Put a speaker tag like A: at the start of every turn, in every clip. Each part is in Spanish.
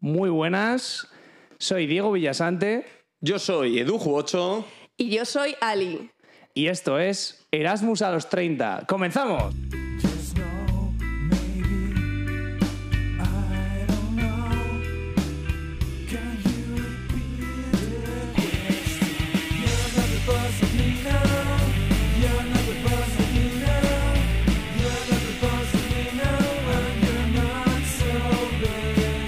A: Muy buenas, soy Diego Villasante
B: Yo soy Eduju8.
C: Y yo soy Ali.
A: y esto es Erasmus a los 30. ¡Comenzamos!
D: Just know, maybe I don't know. Can you repeat it? You're not the boss of me now. You're not the boss of me now. You're not the boss of me now, and you're not so bad.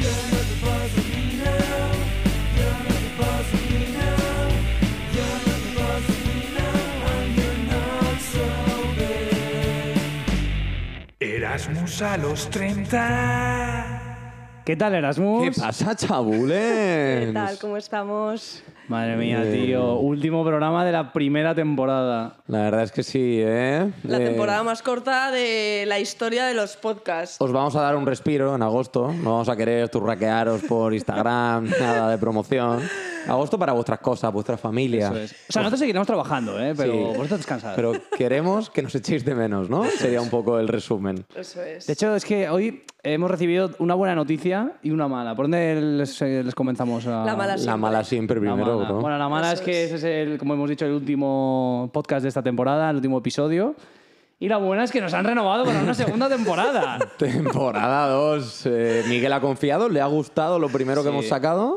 D: You're not the boss of me now. You're not the boss of me now. You're not the boss of me now, and you're not so bad. Erasmus a los 30.
A: ¿Qué tal, Erasmus?
B: ¿Qué pasa, chabules?
A: Eh,
C: ¿Qué tal? ¿Cómo estamos?
A: Madre mía, tío. Último programa de la primera temporada.
B: La verdad es que sí, ¿eh?
C: La
B: Eh,
C: temporada más corta de la historia de los
A: Oh.
C: podcasts.
B: Os vamos a dar un respiro en agosto. No vamos a querer turraquearos por Instagram, nada de promoción. Agosto para vuestras cosas, vuestra familia.
A: Eso es. O sea, nosotros seguiremos trabajando, ¿eh? pero
B: Pues, Sí.
A: vosotros descansad.
B: Pero queremos que nos echéis de menos, ¿no? Sería un poco el resumen.
C: Eso es.
A: De hecho, es que hoy hemos recibido una buena noticia y una mala. ¿Por dónde les, eh, les comenzamos? A...
C: La mala
B: La
C: siempre.
B: mala siempre
A: La
B: primero,
A: mala.
B: bro.
A: Bueno, la mala
C: Eso
A: es que
C: es.
A: ese es el, como hemos dicho, el último podcast de esta temporada, el último episodio. Y la buena es que nos han renovado para una segunda temporada.
B: Temporada 2. Miguel ha confiado, le ha gustado lo primero que
A: Sí.
B: hemos sacado.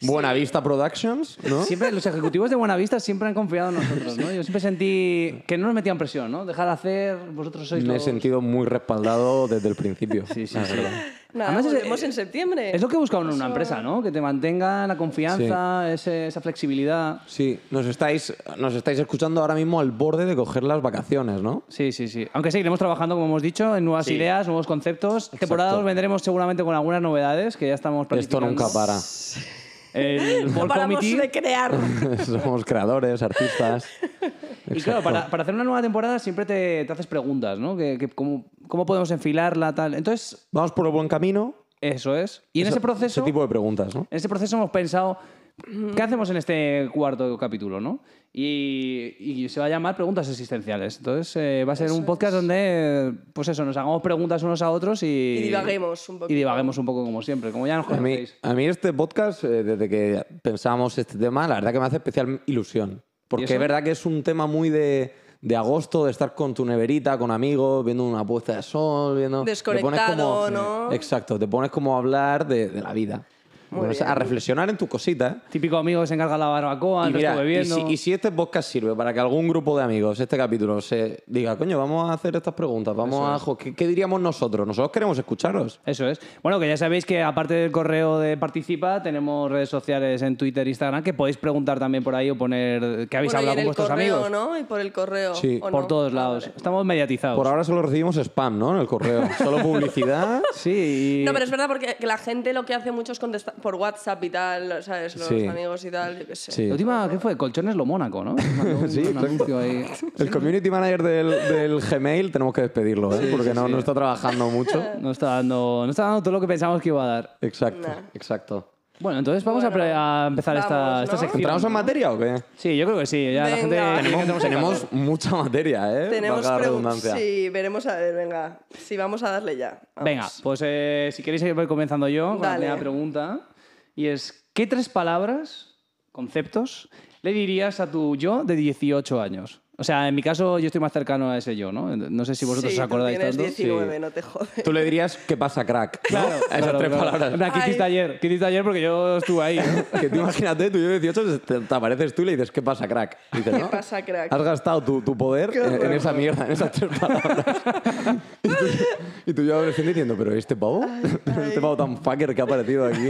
B: Buena Vista Productions, ¿no?
A: Siempre los ejecutivos de Buenavista siempre han confiado en nosotros, ¿no? Yo siempre sentí que no nos metían presión, ¿no? Dejar hacer, vosotros sois
B: Me he
A: los-
B: sentido muy respaldado desde el principio.
A: Sí, sí,
B: la
A: sí.
B: verdad.
C: Nada,
A: Además, es- eh,
C: volvemos en septiembre.
A: Es lo que buscaban en una
C: Eso-
A: empresa, ¿no? Que te mantenga la confianza, ese- esa flexibilidad.
B: Sí, nos estáis, nos estáis escuchando ahora mismo al borde de coger las vacaciones, ¿no?
A: Sí, sí, sí. Aunque seguiremos trabajando, como hemos dicho, en nuevas ideas, nuevos conceptos. Temporada
B: Exacto.
A: dos vendremos seguramente con algunas novedades que ya estamos
B: Esto
A: planificando.
B: nunca para.
A: El
C: No
A: Ball
C: paramos
A: Committee.
C: de crear.
B: Somos creadores, artistas.
A: Y claro, para, para hacer una nueva temporada siempre te, te haces preguntas, ¿no? Que, que cómo, ¿Cómo podemos enfilarla, tal? Entonces,
B: Vamos por el buen camino.
A: eso es. Y en
B: Eso-
A: ese proceso...
B: Ese tipo de preguntas, ¿no?
A: En ese proceso hemos pensado, ¿qué hacemos en este cuarto capítulo? ¿no? Y, y se va a llamar Preguntas Existenciales. Entonces eh, va a ser un podcast donde, eh, pues eso, nos hagamos preguntas unos a otros y...
C: Y divaguemos un poco.
A: Y divaguemos un poco como siempre, como ya nos
B: A mí,
A: conocéis.
B: a mí este podcast, eh, desde que pensamos este tema, la verdad que me hace especial ilusión.
A: ¿Y
B: Porque
A: eso?
B: es verdad que es un tema muy de, de agosto, de estar con tu neverita, con amigos, viendo una puesta de sol, viendo... te pones
C: Desconectado,
B: como-
C: ¿no?
B: Exacto, te pones como a hablar de, de la vida. Te pones a reflexionar en tus cositas.
A: Típico amigo que se encarga la barbacoa,
B: Y,
A: el resto
B: mira, y
A: bebiendo.
B: si, y si este podcast sirve para que algún grupo de amigos, este capítulo, se diga, coño, vamos a hacer estas preguntas, vamos a... jo- ¿qué, qué diríamos nosotros? Nosotros queremos escucharos.
A: Eso es. Bueno, que ya sabéis que aparte del correo de Participa, tenemos redes sociales en Twitter, Instagram, que podéis preguntar también por ahí o poner que habéis
C: Bueno,
A: hablado
C: y en
A: con
C: el
A: vuestros
C: correo,
A: amigos.
C: ¿no? Y por el correo.
B: Sí,
C: ¿o
A: Por
C: no?
A: todos
C: Ah,
A: lados.
C: vale.
A: Estamos mediatizados.
B: Por ahora solo recibimos spam, ¿no? En el correo. Solo publicidad.
A: Sí. y-
C: No, pero es verdad porque que la gente lo que hace mucho es contestar por WhatsApp y tal, ¿sabes? Los
B: Sí.
C: amigos y tal, yo qué sé.
B: Sí.
A: La última, ¿qué fue? Colchones Lo Mónaco, ¿no? Mandó un-
B: Sí,
A: un
B: exacto.
A: anuncio ahí.
B: El community manager del, del Gmail tenemos que despedirlo, ¿eh? porque no, no está trabajando mucho.
A: No está, dando, no está dando todo lo que pensábamos que iba a dar.
B: Exacto, exacto.
A: Bueno, entonces vamos a
C: Bueno,
A: pre- a, empezar esta,
C: vamos,
A: esta
C: ¿no?
A: sección.
B: ¿Entramos en materia o qué?
A: Sí, yo creo que sí. Ya la
C: Venga.
A: gente... tiene
C: Tenemos-
A: que
B: Tenemos,
A: tener-
B: tenemos mucha materia, ¿eh?
C: Tenemos
B: Valga la
C: pregun-
B: redundancia.
C: Sí, veremos a ver, venga. Sí, vamos a darle ya. Vamos.
A: Venga, pues eh, si queréis voy comenzando yo con la
C: Dale.
A: primera pregunta. Y es, ¿qué tres palabras, conceptos, le dirías a tu yo de 18 años? O sea, en mi caso yo estoy más cercano a ese yo, ¿no? No sé si vosotros
C: sí,
A: os acordáis
C: tú tienes
A: tanto.
C: 19,
B: Sí.
C: no te jodes.
B: Tú le dirías qué pasa, crack. ¿no?
A: Claro,
B: Esas
A: claro,
B: tres
A: claro. En
B: palabras.
A: plan, ¿Qué hiciste
C: Ay.
A: ayer? ¿Qué hiciste ayer? Porque yo estuve ahí. ¿no?
B: Que tú imagínate, tú yo de 18 te, te apareces tú y le dices qué pasa, crack. Y dices,
C: ¿Qué
B: ¿no?
C: pasa, crack?
B: Has gastado tu, tu poder en, en esa mierda, en esas tres palabras. y tú yo adolescente diciendo, pero este pavo, este pavo tan fucker que ha aparecido aquí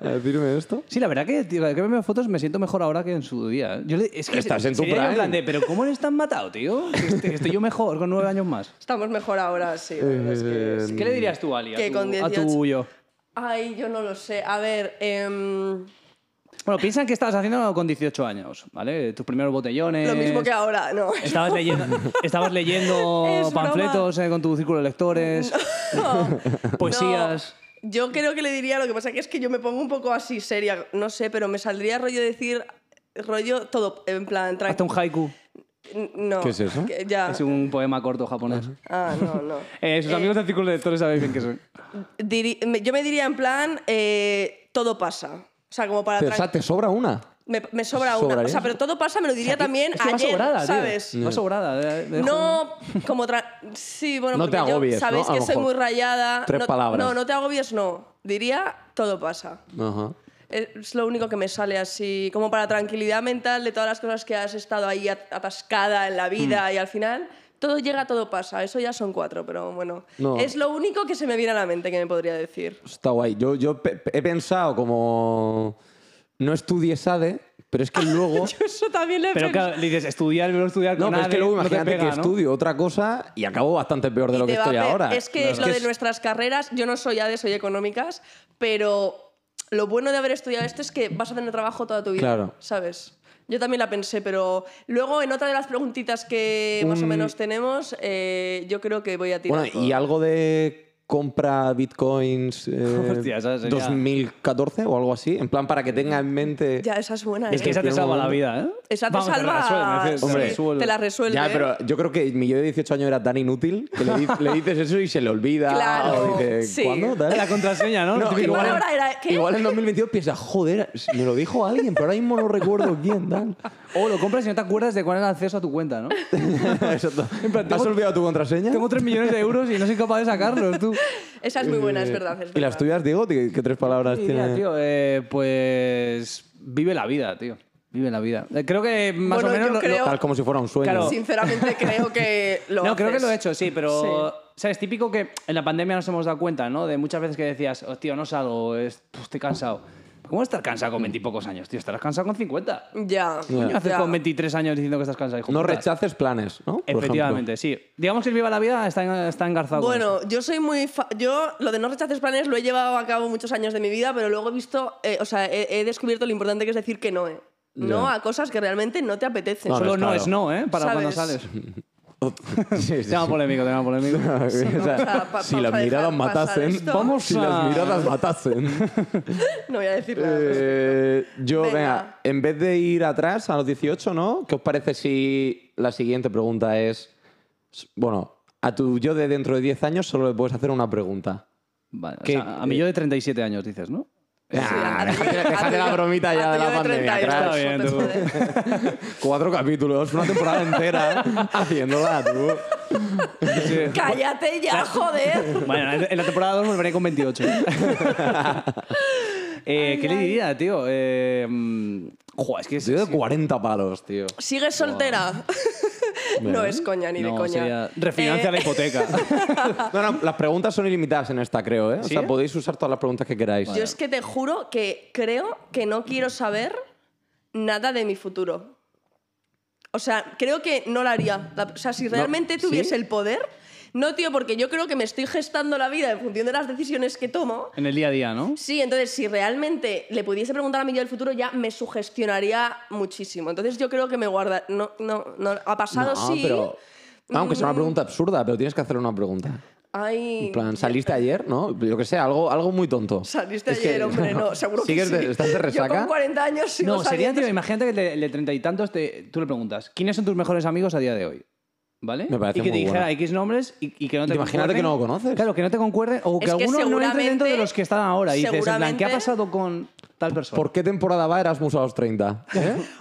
B: a decirme esto.
A: Sí, la verdad que, tío, cada vez que veo fotos me siento mejor ahora que en su día. ¿eh? Yo le- es que
B: Estás en tu
A: sería yo
B: prime.
A: plan de, pero ¿cómo eres tan matado, tío? Si Estoy, estoy yo mejor con nueve años más.
C: Estamos mejor ahora, sí. la verdad es que sí.
A: ¿Qué le dirías tú, Ali, a
C: Que
A: tu,
C: con
A: a tu
C: 18.
A: yo?
C: Ay, yo no lo sé. A ver, em,
A: Bueno, piensa que estabas haciendo con 18 años, ¿vale? Tus primeros botellones.
C: lo mismo que ahora, no.
A: Estabas leyendo, estabas leyendo
C: Es broma.
A: panfletos eh, con tu círculo de lectores, poesías.
C: No, yo creo que le diría, lo que pasa que es que yo me pongo un poco así seria, no sé, pero me saldría rollo decir, rollo todo, en plan,
A: Hasta
C: tranquilo.
A: un haiku.
C: N- No.
B: ¿Qué es eso?
C: que ya.
A: Es un poema corto japonés.
C: Ah, no, no.
A: Eh, sus amigos del círculo de lectores sabéis bien qué son.
C: Eh. Diri- me- Yo me diría en plan, eh, todo pasa. O sea, como para...
B: Te- O
C: tran-
B: sea, te sobra una.
C: Me, me sobra una. O
B: ¿Sobraría?
C: sea, pero todo pasa, me lo diría también
A: ¿eh? Es que va
C: ayer,
A: sobrada, tío.
C: ¿sabes?
A: Va sobrada. de- de-
C: No, como... tra- Sí, bueno,
B: No
C: porque
B: te
C: yo-
B: agobies, ¿no?
C: Sabéis
B: A
C: que
B: lo
C: soy
B: mejor.
C: muy rayada.
B: Tres
C: no,
B: palabras.
C: No, no te agobies, no. Diría, todo pasa.
B: Ajá.
C: Es lo único que me sale así, como para tranquilidad mental de todas las cosas que has estado ahí at- atascada en
B: Mm.
C: la vida y al final todo llega, todo pasa. Eso ya son cuatro, pero bueno.
B: No.
C: Es lo único que se me viene a la mente que me podría decir.
B: Está guay. Yo, yo pe- pe- he pensado como... No estudies ADE, pero es que luego...
C: Eso también le he
A: Pero
C: pensado.
A: claro, le dices estudiar, pero estudiar
B: No,
A: con
B: pero es que
A: ADE,
B: luego
A: E no te
B: imagínate
A: pega,
B: que
A: ¿no?
B: estudio otra cosa y acabo bastante peor de lo
C: Y
B: que
C: te va a
B: estoy
C: pe-
B: ahora.
C: Es que es lo de nuestras carreras. Yo no soy ADE, soy económicas, pero lo bueno de haber estudiado esto es que vas a tener trabajo toda tu vida.
B: Claro.
C: ¿Sabes? Yo también la pensé, pero luego en otra de las preguntitas que más o menos tenemos, eh, yo creo que voy a tirar.
B: Bueno,
C: por-
B: y algo de compra bitcoins eh,
A: Hostia, esa sería-
B: 2014 o algo así, en plan para que tenga en mente...
C: Ya, esa es buena.
A: Es que
C: ¿eh?
A: esa te
B: Tiene un
A: salva la
B: momento.
A: vida, ¿eh?
C: Esa te
A: Vamos,
C: salva.
A: resuelve, es-
C: sí,
B: Hombre.
A: resuelve.
C: te la resuelve.
B: Ya,
C: ¿eh?
B: pero yo creo que mi yo de 18 años era tan inútil que le, di- le dices eso y se le olvida.
C: Claro,
B: o dice,
C: sí.
B: ¿cuándo? Tal.
A: La contraseña, ¿no?
B: No,
A: Lo típico,
C: igual
A: ¿vale?
C: ahora era- ¿qué?
B: igual en 2022 piensa, joder, me lo dijo alguien, pero ahora mismo no recuerdo quién, tal.
A: O "Oh, lo compras y no te acuerdas de cuál es el acceso a tu cuenta, ¿no?
B: Exacto.
A: plan,
B: ¿Has
A: tengo-
B: olvidado tu contraseña?
A: Tengo 3 millones de euros y no soy capaz de sacarlos, tú.
C: Esa es muy buena, es verdad. es
B: eh, ¿Y las
C: verdad.
B: tuyas, Diego? ¿Qué, qué tres palabras
A: Y
B: tiene?
A: diría, tío, eh, pues vive la vida, tío. Vive la vida. Eh, Creo que más
C: Bueno,
A: o menos...
C: yo
A: lo-
C: creo-
B: Tal como si fuera un sueño.
A: Claro.
C: Sinceramente creo que lo
A: no, creo que
C: haces.
A: lo he hecho, sí, pero...
C: Sí.
A: ¿Sabes? Típico que en la pandemia nos hemos dado cuenta, ¿no? De muchas veces que decías, "Oh, tío, no salgo, es- puf, estoy cansado. ¿Cómo estar cansado con 20 y pocos años, tío? Estarás cansado con 50.
C: Ya.
A: ¿Qué haces
C: ya.
A: con 23 años diciendo que estás cansado, hijo
B: No
A: puta?
B: rechaces planes, ¿no? Por
A: Efectivamente, sí. Digamos que el Viva la Vida está, en- está engarzado. con
C: Bueno, yo soy muy. fa- Yo lo de no rechaces planes lo he llevado a cabo muchos años de mi vida, pero luego he visto. eh, o sea, he, he descubierto lo importante que es decir que no. eh. No
B: Ya.
C: a cosas que realmente no te apetecen.
A: eso.
B: No,
A: Solo no
B: claro.
A: es no, ¿eh? Para cuando
C: ¿Sabes?
A: sales.
B: ejemplo. Sí, sí,
A: Tema
B: sí.
A: polémico, tema polémico.
B: O sea,
C: a- pa-
B: si las
C: vamos a dejar
B: miradas
C: pasar
B: matasen,
C: esto.
A: Vamos
B: si
A: a-
B: las miradas matasen.
C: No voy a decir nada.
B: Eh, yo, venga.
C: Venga.
B: en vez de ir atrás a los 18, ¿no? ¿Qué os parece si la siguiente pregunta es, bueno, a tu yo de dentro de 10 años solo le puedes hacer una pregunta?
A: Vale, o
B: ¿Qué?
A: sea, a mí yo de 37 años, dices, ¿no?
B: Ah,
C: a-
B: déjate,
C: a-
B: déjate
C: a-
B: la bromita ya
C: a-
B: de
C: Ah, yo
B: la
C: de
B: pandemia.
C: 30
B: crack.
A: Está bien,
C: no te
A: tú.
C: jodes.
B: Cuatro capítulos, una temporada entera haciéndola tú.
C: Cállate ya, joder.
A: Bueno, en la temporada 2 volveré con 28. Eh, ¿Qué le diría, tío? Eh, mm, jo, es que
B: Yo de 40 palos, tío.
C: ¿Sigues soltera? no es coña, ni de
A: no,
C: coña.
A: sería refinancia
C: Eh,
A: la hipoteca.
B: No, no, las preguntas son ilimitadas en esta, creo, ¿eh? O
A: ¿Sí?
B: sea, podéis usar todas las preguntas que queráis.
C: Yo es que te juro que creo que no quiero saber nada de mi futuro. O sea, creo que no lo haría. La- O sea, si realmente
B: ¿sí?
C: tuviese el poder... No, tío, porque yo creo que me estoy gestando la vida en función de las decisiones que tomo.
A: en el día a día, ¿no?
C: Sí, entonces si realmente le pudiese preguntar a mi yo del futuro ya me sugestionaría muchísimo. Entonces yo creo que me guarda... No, no, no. Ha pasado
B: No,
C: sí... Mm.
B: pero- Aunque sea una pregunta absurda, pero tienes que hacer una pregunta.
C: Ay,
B: En plan, ¿saliste ayer? ¿No? Yo que sé, algo, algo muy tonto.
C: Saliste
B: Es que-
C: ayer, hombre, no, seguro que
B: ¿Sigues
C: sí.
B: de- ¿Estás de
C: Yo
B: resaca?
C: con 40 años sigo
A: No, sería,
C: saliendo.
A: tío, imagínate que el de- el de treinta y tantos te- tú le preguntas, ¿quiénes son tus mejores amigos a día de hoy? ¿Vale?
B: Me parece
A: y que te
B: muy
A: dijera
B: buena.
A: X nombres y, y que no te
B: Imagínate
A: concuerden.
B: que no lo conoces.
A: Claro, que no te concuerden o que,
C: Es que
A: algunos no entren dentro de
C: seguramente-
A: los que están ahora. Y dices, en plan, ¿qué ha
C: seguramente-
A: pasado con tal persona?
B: ¿Por qué temporada va Erasmus a los ¿Eh? 30?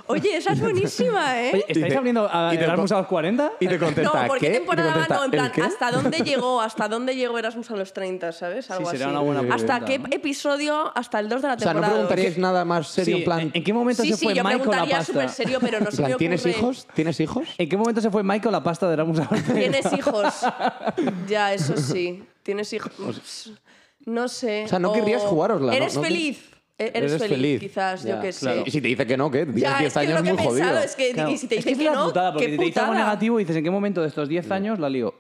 C: Oye, esa es buenísima, ¿eh?
A: Oye, ¿estáis
B: te-
A: abriendo a
B: y te
A: Erasmus
B: co-
A: a los 40?
B: Y te contesta,
C: no, porque
B: ¿qué? Y te
C: temporada
B: contesta,
C: no, en
B: ¿el
C: plan,
B: qué?
C: ¿hasta dónde llegó? ¿Hasta dónde llegó Erasmus a los 30, sabes? Algo
A: será
C: así.
A: una buena
C: ¿Hasta
A: pregunta,
C: qué
A: ¿no?
C: episodio? Hasta el 2 de la
B: O sea, no
C: temporada. dos.
B: preguntarías nada más serio,
A: Sí,
B: en plan...
A: ¿En qué momento
C: sí,
A: se
C: sí,
A: fue
C: yo
A: Michael la
C: preguntaría
A: pasta?
C: súper serio, pero no
B: en
C: se
B: plan,
C: me
B: ¿tienes
C: ocurre.
B: hijos? ¿Tienes hijos?
A: ¿En qué momento se fue Michael la pasta de Erasmus a los 30?
C: ¿Tienes hijos? ya, eso sí. ¿Tienes hijos? No sé.
B: O sea, no querrías jugárosla, ¿no?
C: ¿Eres
B: No quer-
C: feliz? E- Eres, feliz, quizás,
B: Ya,
C: yo qué
B: claro.
C: sé.
B: Y si te dice que no, ¿qué? Tienes
C: Ya,
B: 10
C: es que
B: años
C: lo que he
B: muy jodido.
C: pensado es que
A: Claro.
C: y si te
A: es que,
C: dicen
A: es
C: que,
A: la
C: no,
A: putada, porque
C: qué
A: si te dice algo
C: putada.
A: negativo y dices, ¿en qué momento de estos 10 años la lío?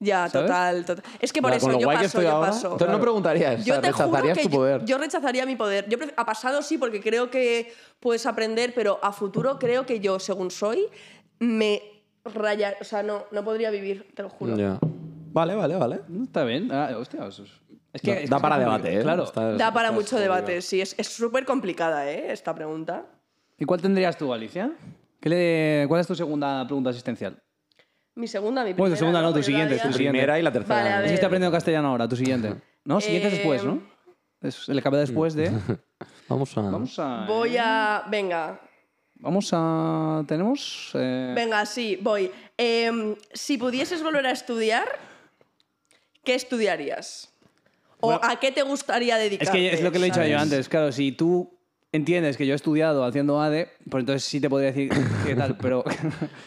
C: Ya,
A: ¿Sabes?
C: total, total. Es que por
B: Ya,
C: eso
B: con lo
C: yo
B: guay que
C: paso,
B: estoy
C: yo
B: ahora,
C: paso.
B: entonces no preguntarías, o sea,
C: Yo te juro
B: rechazarías
C: que
B: tu
C: yo-
B: poder.
C: Yo, rechazaría mi poder. Yo pref- a pasado sí, porque creo que puedes aprender, pero a futuro creo que yo, según soy, me raya, o sea, no, no podría vivir, te lo juro.
B: Ya. Vale, vale, vale.
A: No, está bien. Ah, hostia, eso es... es que,
B: Da-
A: es que
B: da
A: es
B: para
A: complicado.
B: debate, ¿eh?
A: Claro.
B: Está-
C: Da para
B: está
C: mucho
B: jodido.
C: debate, sí, es es súper complicada, ¿eh? Esta pregunta.
A: ¿Y cuál tendrías tú, Alicia? ¿Qué le- ¿Cuál es tu segunda pregunta asistencial?
C: Mi segunda, mi primera.
A: Bueno, tu segunda no, tu
C: Porque
A: siguiente,
C: todavía-
A: tu siguiente.
B: Primera y la tercera.
C: Vale, a
A: Es
C: ver.
A: que estoy aprendiendo castellano ahora, tu siguiente. No, siguiente es después,
C: Eh,
A: ¿no? Es el cambio después de...
B: Vamos a...
A: Vamos a... eh,
C: Voy a... Venga,
A: Vamos a... Tenemos... eh,
C: venga, sí, voy. Em, si pudieses volver a estudiar, ¿qué estudiarías? ¿O
A: Bueno,
C: a qué te gustaría
A: Es
C: dedicarte?
A: que es lo que le he dicho yo
C: ¿sabes?
A: antes. Claro, si tú entiendes que yo he estudiado haciendo ADE, pues entonces sí te podría decir qué tal, pero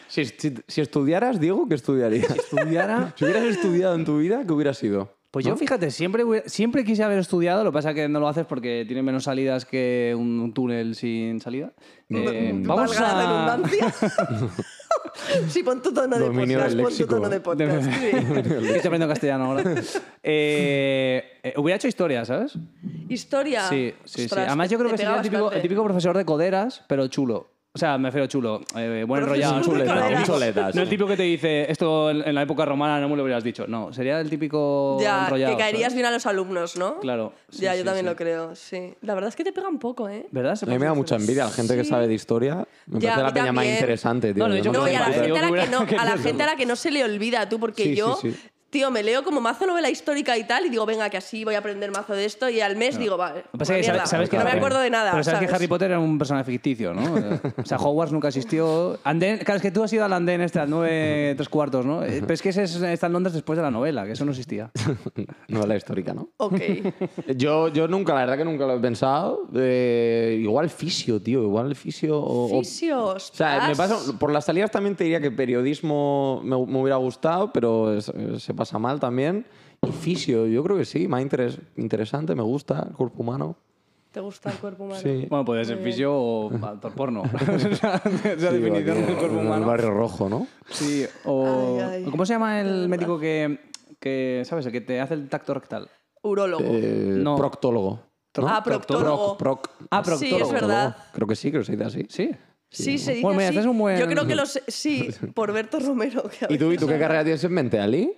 B: Si, si- si estudiaras, Diego, ¿qué estudiarías?
A: estudiara...
B: si hubieras estudiado en tu vida, ¿qué hubiera sido?
A: Pues
B: ¿No?
A: yo, fíjate, siempre, hubiera- siempre quise haber estudiado, lo que pasa que no lo haces porque tiene menos salidas que un, un túnel sin salida. Eh, vamos
C: Mm. Valga la
A: a...
C: redundancia. sí, pon tu tono de
B: Dominio
C: podcast,
B: del
C: pon tu
B: léxico.
C: tono de podcast. sí.
A: Estoy aprendiendo castellano ahora. Eh, eh, hubiera hecho historia, ¿sabes?
C: Historia.
A: Sí, sí, sí.
C: Ostras,
A: Además, yo creo
C: te
A: que sería
C: pega
A: el típico, el
C: bastante.
A: típico profesor de coderas, pero chulo. O sea, me refiero chulo, eh, buen enrollado.
C: Profesor de
A: chuleta,
C: coderas.
A: un
B: Chuleta, sí.
A: No el típico que te dice, esto en, en la época romana no me lo hubieras dicho. No, sería el típico
C: Ya,
A: enrollado.
C: que caerías
A: ¿sabes?
C: bien a los alumnos, ¿no?
A: Claro, sí,
C: ya,
A: sí,
C: yo también
A: sí.
C: lo creo, sí. La verdad es que te pega un poco, ¿eh?
A: ¿Verdad? Se
B: A mí me
A: puede
B: da
A: hacer.
B: mucha envidia la gente que
C: Sí.
B: sabe de historia. Me parece
C: Ya, a
B: la
C: mí
B: peña más
C: también.
B: interesante, tío.
A: No, lo he
B: Yo
A: dicho
C: No,
A: por
B: sé
C: y a la
A: Vale,
B: por qué.
A: yo
C: gente a la
A: hubiera
C: que no,
A: querido
C: a la gente a
A: hacerlo.
C: la que no se le olvida, tú, porque
B: Sí,
C: yo,
B: sí, sí.
C: tío, me leo como mazo novela histórica y tal, y digo, venga, que así voy a aprender mazo de esto, y al mes digo, vale.
A: Lo que pasa es que
C: mierda,
A: sabes, sabes que
C: no me
B: Harry-
C: acuerdo de nada.
A: Pero sabes, que
C: ¿sabes?
A: Harry Potter era un personaje ficticio, ¿no? Eh, o sea, Hogwarts nunca existió. Andén, claro, es que tú has ido al andén este, al 9 tres cuartos, ¿no? Eh, Pero es que ese es- está en Londres después de la novela, que eso no existía.
B: No es la histórica, ¿no?
C: Ok.
B: Yo, yo nunca, la verdad que nunca lo he pensado. Eh, igual fisio, tío. Igual fisio. o- o-
C: Fisios.
B: O sea, me pasa, por las salidas también te diría que periodismo me, me hubiera gustado, pero es- se pasa mal también. Y fisio, yo creo que sí, más interes- interesante, me gusta el cuerpo humano.
C: ¿Te gusta el cuerpo humano?
B: Sí.
A: Bueno, puede ser fisio o actor porno. Esa
B: Sí,
A: definición
B: aquí,
A: del cuerpo
B: en El
A: humano. Oh,
B: barrio rojo, ¿no?
A: Sí, o...
C: Ay, ay.
A: ¿Cómo se llama el médico que, que, ¿sabes? El que te hace el tacto rectal.
C: Urólogo.
B: Eh,
A: No.
B: Proctólogo. ¿no?
C: Ah, proctólogo.
B: Proc, proc.
A: Ah,
C: Sí, es
A: proctólogo.
C: verdad.
B: Creo que sí, creo que se dice así.
A: Sí.
C: Sí, se dice
A: Bueno, mira,
C: así.
A: este es un buen-
C: Yo creo que los... Sí, por Berto Romero. que a
B: ¿Y tú, ¿Y
C: veces-
B: tú qué carrera tienes en mente, Ali?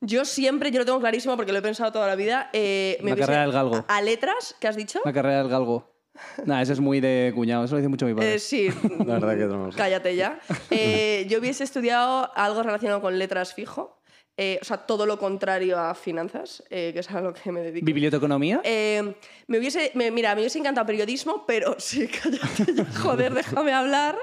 C: Yo siempre, yo lo tengo clarísimo porque lo he pensado toda la vida. eh, me
A: La
C: hubiese-
A: carrera del galgo.
C: A, a letras, ¿qué has dicho?
A: La carrera del galgo. Nah, ese es muy de cuñado. Eso lo dice mucho mi padre.
C: Eh, sí,
B: La verdad que no lo sé.
C: cállate ya. Eh, yo hubiese estudiado algo relacionado con letras fijo, eh, o sea, todo lo contrario a finanzas, eh, que es a lo que me dedico.
A: ¿Biblioteconomía?
C: Eh, me hubiese, me- mira, me hubiese encantado periodismo, pero sí, cállate ya, joder, déjame hablar.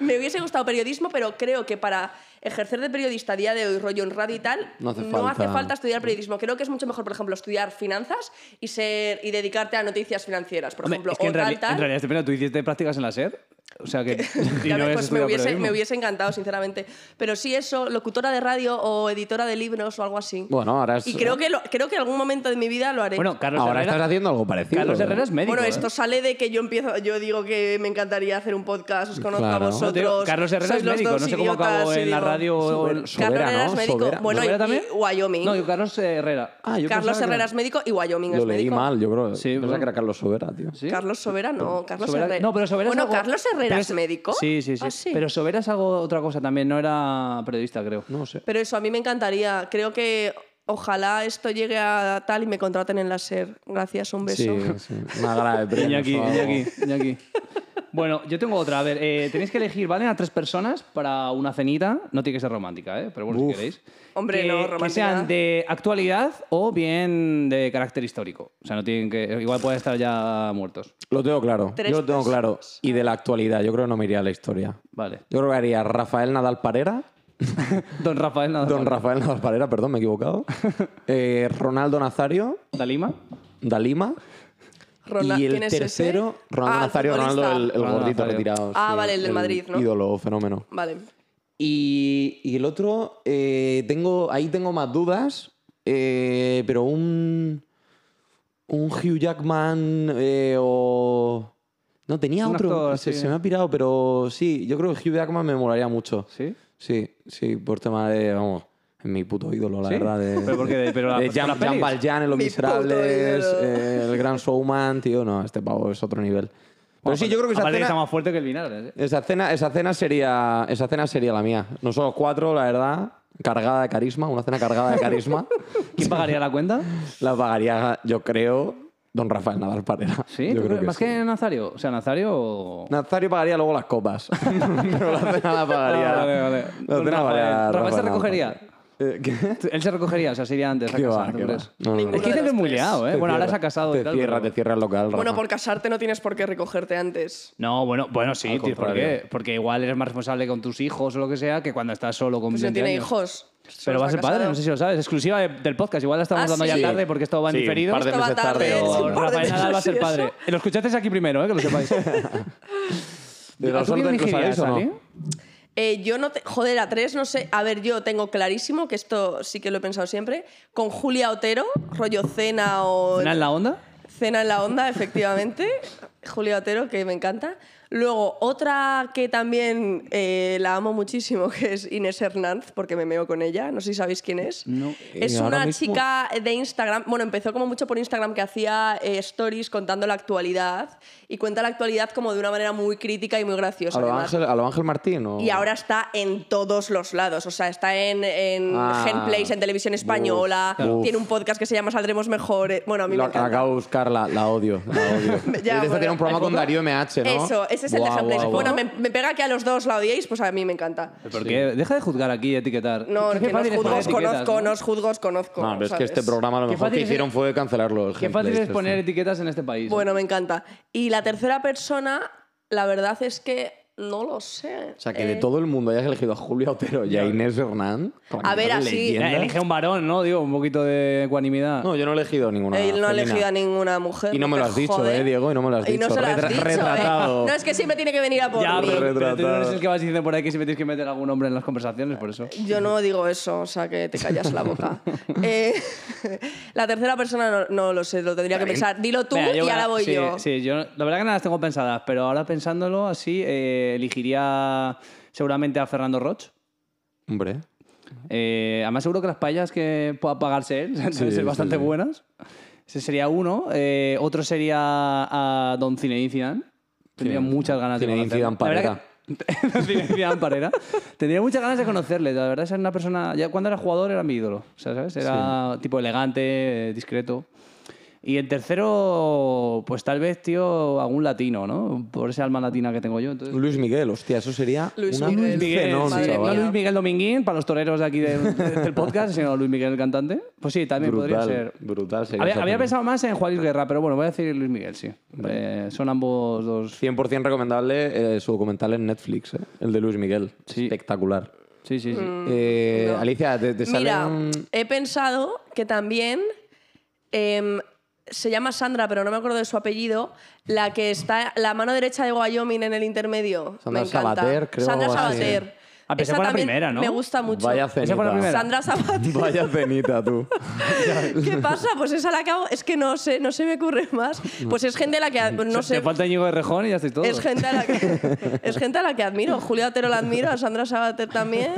C: Me hubiese gustado periodismo, pero creo que para ejercer de periodista a día de hoy, rollo en radio y tal,
B: No hace falta.
C: falta estudiar periodismo. Creo que es mucho mejor, por ejemplo, estudiar finanzas y ser y dedicarte a noticias financieras, por
A: Hombre,
C: ejemplo.
A: es que
C: o
A: en,
C: tal,
A: reali- en
C: tal.
A: realidad, este pena, tú hiciste prácticas en la SED. O sea que. y
C: Ya
A: no habías
C: ves, pues me
A: estudiado
C: hubiese,
A: periodismo.
C: me hubiese encantado, sinceramente. Pero sí eso, locutora de radio o editora de libros o algo así.
B: Bueno, ahora es-
C: Y creo que, lo- creo que algún momento de mi vida lo haré.
A: Bueno, Carlos
B: Ahora
A: Herrera.
B: estás haciendo algo parecido.
A: Carlos Herrera es médico.
C: Bueno,
A: ¿eh?
C: esto sale de que yo empiezo, yo digo que me encantaría hacer un podcast, os conozco
B: Claro.
C: a
A: No, te digo,
C: vosotros.
A: Carlos Herrera
C: sois
A: es
C: los
A: médico.
C: dos
A: No sé cómo acabó
C: idiotas, y
A: en la
C: digo-
A: radio. o en-
B: Sober- Sobera,
C: Carlos Herrera
B: ¿no?
C: es médico.
B: Sobera.
C: Bueno, y,
A: ¿Sobera también?
C: y Wyoming.
A: No, yo Carlos eh, Herrera.
B: Ah, yo pensaba
C: Carlos
B: que
C: Herrera
B: era-
C: es médico y Wyoming
B: Lo
C: es
B: leí
C: médico.
B: mal, yo creo.
A: Sí,
B: Sí, Pensaba
A: bueno.
B: que era Carlos Sobera, tío.
A: ¿Sí?
C: Carlos Sobera no, Carlos
A: Sobera-
C: Herrera.
A: No, pero Sobera
C: bueno,
A: es algo-
C: Carlos Herrera
A: pero
C: es, médico.
A: Sí, sí, sí.
C: Ah, sí.
A: Pero Sobera es algo, otra cosa también, no era periodista, creo.
B: No sé.
C: Pero eso, a mí me encantaría. Creo que ojalá esto llegue a tal y me contraten en la SER. Gracias, un beso.
B: Sí, sí. Una grave premio.
A: Iñaki, Iñaki, Iñaki. Bueno, yo tengo otra. A ver, eh, tenéis que elegir, ¿vale? A tres personas para una cenita. No tiene que ser romántica, ¿eh? Pero bueno, si
B: Uf.
A: queréis.
C: Hombre,
A: Que-
C: no,
A: Que
C: romántica.
A: sean de actualidad o bien de carácter histórico. O sea, no tienen que... Igual pueden estar ya muertos.
B: Lo tengo claro.
C: Tres
B: yo lo tengo claro.
C: personas.
B: Y de la actualidad, yo creo que no me iría a la historia.
A: Vale.
B: Yo creo que haría Rafael Nadal Parera.
A: Don Rafael Nadal.
B: Don Rafael Nadal Parera, perdón, me he equivocado. Eh, Ronaldo Nazario,
A: Dalima.
B: Dalima.
C: Rona-
B: y el
C: ¿quién es ese?
B: tercero, Ronaldo
C: Ah, el
B: Nazario, Ronaldo
C: futbolista.
B: el, el
A: Ronaldo
B: gordito
A: Nazario.
B: retirado.
C: Ah, vale, el del Madrid, ¿no?
B: Ídolo, fenómeno.
C: Vale.
B: Y, y el otro, eh, tengo, ahí tengo más dudas, eh, pero un, un Hugh Jackman eh, o... No, tenía
A: Un
B: otro,
A: actor,
B: se,
A: sí.
B: se me ha pirado, pero sí, yo creo que Hugh Jackman me molaría mucho.
A: ¿Sí?
B: Sí, sí, por tema de, vamos, es mi puto ídolo, la
A: ¿Sí?
B: verdad. De,
A: ¿Pero por qué? ¿Pero la-
B: de
A: por
B: Jean,
A: las
B: Jean
A: pelis?
B: Valjean en Los
C: Mi
B: Miserables,
C: puto ídolo.
B: eh, el Gran Showman, tío, no, este pavo es otro nivel. Pero sí, yo creo que esa
A: Aparte
B: cena-
A: está más fuerte que el vinagre. ¿eh?
B: esa cena, esa cena sería. Esa cena sería la mía. Nosotros cuatro, la verdad, cargada de carisma, una cena cargada de carisma.
A: ¿Quién pagaría la cuenta?
B: la pagaría, yo creo. don Rafael Nadal Parera.
A: ¿Sí?
B: Yo
A: ¿Tú
B: creo
A: crees? ¿Más
B: sí.
A: que Nazario? O sea, Nazario...
B: Nazario pagaría luego las copas. Pero la cena la pagaría.
A: Ah, vale, vale.
B: La
A: Don
B: cena
A: Rafael.
B: pagaría
A: Rafael se
B: Nadal
A: recogería.
B: Parera. Eh, ¿Qué?
A: Él se recogería, o sea, se iría antes a
B: ¿Qué
A: casa,
B: va,
A: ¿tú
B: qué va?
A: crees?
B: No, no, no.
A: Es que
C: Ninguno de
A: dicen que es
C: los
A: muy
C: tres.
A: liado, ¿eh?
B: Te
A: Bueno, ahora se
B: cierra-
A: ha casado
B: Te
A: y tal,
B: cierra,
A: pero-
B: te cierra el local.
C: Bueno,
B: Rafa.
C: por casarte no tienes por qué recogerte antes.
A: No, bueno, bueno sí,
B: Al
A: tío, ¿por
B: contrario.
A: qué? Porque igual eres más responsable con tus hijos o lo que sea que cuando estás solo con
C: Pues si no
A: 20
C: tiene
A: años.
C: hijos.
A: Pero
C: solo
A: va a ser
C: está
A: padre,
C: casado.
A: no sé si lo sabes. Exclusiva de- del podcast. Igual la estamos
C: Ah,
A: dando
C: sí.
A: ya tarde porque esto va en
B: Sí, un
A: diferido.
B: par de
C: Esto va
B: meses
C: tarde,
B: tarde,
A: Pero
C: sí,
B: o-
C: un par de
A: Rafael Nadal va a ser
C: meses y
A: padre.
C: eso.
A: Lo escuchasteis aquí primero, ¿eh? que lo sepáis.
B: ¿De
A: ¿A
B: los
A: tú quién
B: orden lo
A: elegirías,
B: sabéis o
A: Ali?
B: no?
C: Eh, yo no te... Joder, a tres, no sé. A ver, yo tengo clarísimo, que esto sí que lo he pensado siempre, con Julia Otero, rollo cena o...
A: ¿Cena en la onda?
C: Cena en la onda, efectivamente. Julia Otero, que me encanta. Luego, otra que también eh, la amo muchísimo, que es Inés Hernández, porque me meo con ella. No sé si sabéis quién es.
A: No.
C: Es
B: Eh, ahora
C: una
B: mismo-
C: chica de Instagram. Bueno, empezó como mucho por Instagram, que hacía eh, stories contando la actualidad. Y cuenta la actualidad como de una manera muy crítica y muy graciosa.
B: ¿A lo
C: además.
B: Ángel- a lo Ángel Martín? o-
C: Y ahora está en todos los lados. O sea, está en, en
B: Ah.
C: Genplays, en Televisión Española.
B: Uf.
C: Tiene un podcast que se llama Saldremos Mejor. eh, Bueno, a mí
B: Lo
C: me encanta.
B: acabo de buscar, la, la odio. La odio.
C: Ya,
B: Esta
C: bueno,
B: tiene un programa
C: ¿hay
B: con
C: foto?
B: Darío MH, ¿no?
C: Eso, ese es el
B: Guau,
C: de Genplays.
B: guau,
C: Bueno,
B: guau.
C: me, me pega que a los dos la odiéis, pues a mí me encanta.
A: ¿Por qué? Deja de juzgar aquí y etiquetar.
C: No,
A: Qué
C: que no os
A: fácil es poner
C: juzgo, os
A: etiquetas,
C: conozco,
A: ¿no?
C: no os juzgo, os conozco.
B: No, pero es que
C: ¿sabes?
B: este programa a lo
A: Qué
B: mejor que
A: fácil es-
B: hicieron fue cancelarlo. los
A: Qué fácil
B: Genplays,
A: es
B: este.
A: poner etiquetas en este país.
C: Bueno, me encanta. Y la tercera persona, la verdad es que no lo sé.
B: O sea, que de
C: Eh,
B: todo el mundo hayas elegido a Julia Otero y a Inés Hernán. con
C: A ver,
B: las
C: así-
A: Eh,
B: leyendas.
A: Elige un varón, ¿no? Digo, un poquito de ecuanimidad.
B: No, yo no he elegido ninguna.
C: Él Eh, no ha
B: felina.
C: elegido a ninguna mujer.
B: Y no me lo has
C: porque,
B: dicho,
C: joder.
B: eh, Diego, y no me lo has
C: Y no
B: dicho.
C: se lo has
B: Retra-
C: dicho, eh.
B: retratado.
C: No, es que siempre tiene que venir a por
A: ya,
C: mí.
A: pero, pero tú no eres
B: retratado.
A: el que vas diciendo por ahí que si me tienes que meter algún hombre en las conversaciones, por eso.
C: Yo no digo eso, o sea que te callas la boca. Eh, la tercera persona no, no lo sé, lo tendría que pensar. Dilo tú
A: Venga,
C: y
A: yo voy a-
C: ahora voy
A: sí,
C: yo.
A: Sí, yo la verdad que no las tengo pensadas, pero ahora pensándolo así, eh, elegiría seguramente a Fernando Roch.
B: Hombre.
A: Eh, además, seguro que las paellas que pueda pagarse él deben
B: Sí,
A: ser
B: sí,
A: bastante
B: sí.
A: buenas. Ese sería uno. Eh, otro sería a Don Zinedine Zidane. Tendría
B: Sí.
A: muchas ganas de
B: Zinedine
A: conocerle.
B: Zidane
A: La verdad que- Don Zinedine Zidane Parera. Tendría muchas ganas de conocerle. La verdad, es una persona... Ya cuando era jugador era mi ídolo. O sea, ¿sabes? Era tipo elegante, eh, discreto. Y el tercero, pues tal vez, tío, algún latino, ¿no? Por esa alma latina que tengo yo. Entonces,
B: Luis Miguel, hostia, eso sería
C: Luis
B: una-
C: Miguel.
B: un
A: Miguel,
B: fenómeno,
A: sí,
C: madre
B: chaval.
A: no
C: mía.
A: Luis Miguel Dominguín, para los toreros de aquí de- del podcast, sino Luis Miguel el cantante. Pues sí, también podría
B: Brutal,
A: ser.
B: brutal sería
A: Había,
B: esa
A: había
B: película.
A: pensado más en Juan Luis Guerra, pero bueno, voy a decir Luis Miguel, sí. Eh, son ambos dos.
B: 100% recomendable eh, su documental en Netflix, eh, el de Luis Miguel.
A: Sí.
B: Espectacular.
A: Sí, sí,
C: Mm,
A: sí.
B: Eh,
C: no.
B: Alicia, te, te sale
C: Mira,
B: un...
C: he pensado que también em, se llama Sandra, pero no me acuerdo de su apellido, la que está la mano derecha de Wyoming en el intermedio.
B: Sandra
C: me encanta.
B: Sabater, creo,
C: Sandra
B: algo así.
C: Sabater.
A: Ah, pero esa
C: Esa
A: fue la
C: también
A: primera, ¿no?
C: Me gusta mucho.
B: Vaya
A: Esa fue la
B: cenita.
A: primera.
C: Sandra Sabater.
B: Vaya cenita, tú.
C: ¿Qué pasa? Pues esa la acabo. Es que no sé, no se me ocurre más. Pues es gente a la que ad- no
A: Te
C: sé.
A: falta Íñigo de Rejón y ya estoy todo.
C: Es gente a la que es gente a la que admiro. Julia Otero la admiro, a Sandra Sabater también.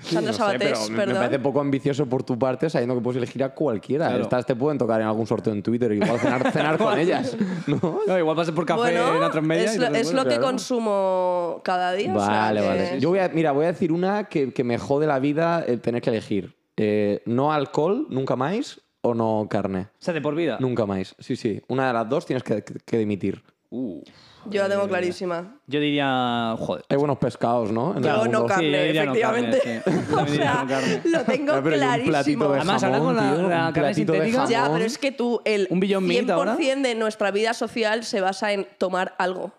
C: Sandra
B: No sé,
C: Sabater,
B: pero me-
C: perdón.
B: Me parece poco ambicioso por tu parte, sabiendo que puedes elegir a cualquiera.
A: Claro.
B: Estas te pueden tocar en algún sorteo en Twitter, igual cenar, cenar con ellas. ¿no?
A: No, igual pasas por café en la transmedia.
C: es
A: y
C: lo,
A: te
C: es lo que
A: recuerdas.
C: consumo cada día. o sea
B: Vale,
C: que-
B: vale. Yo voy a, mira, voy a decir una que, que me jode la vida el tener que elegir. Eh, no alcohol, nunca más, o no carne.
A: O sea, de por vida.
B: Nunca más. Sí, sí. Una de las dos tienes que, que- que dimitir.
A: Uh.
C: Yo la tengo clarísima.
A: Yo diría. Joder.
B: Hay buenos pescados, ¿no? En el
C: Yo no
B: mundo.
A: Sí, yo
C: carne,
A: diría no carne,
C: efectivamente.
A: sí. Yo
C: o
A: también diría
C: sea,
A: no carne.
C: lo tengo
B: Ah, pero y un platito
C: clarísimo.
B: de
A: Además, ahora
B: jamón,
A: con la-
B: tío,
A: la
B: un
A: carne
B: platito de
A: sintética-
C: Ya,
B: jamón.
C: pero es que tú, el
A: ¿Un Beyond Meat ahora?
C: 100% de nuestra vida social se basa en tomar algo.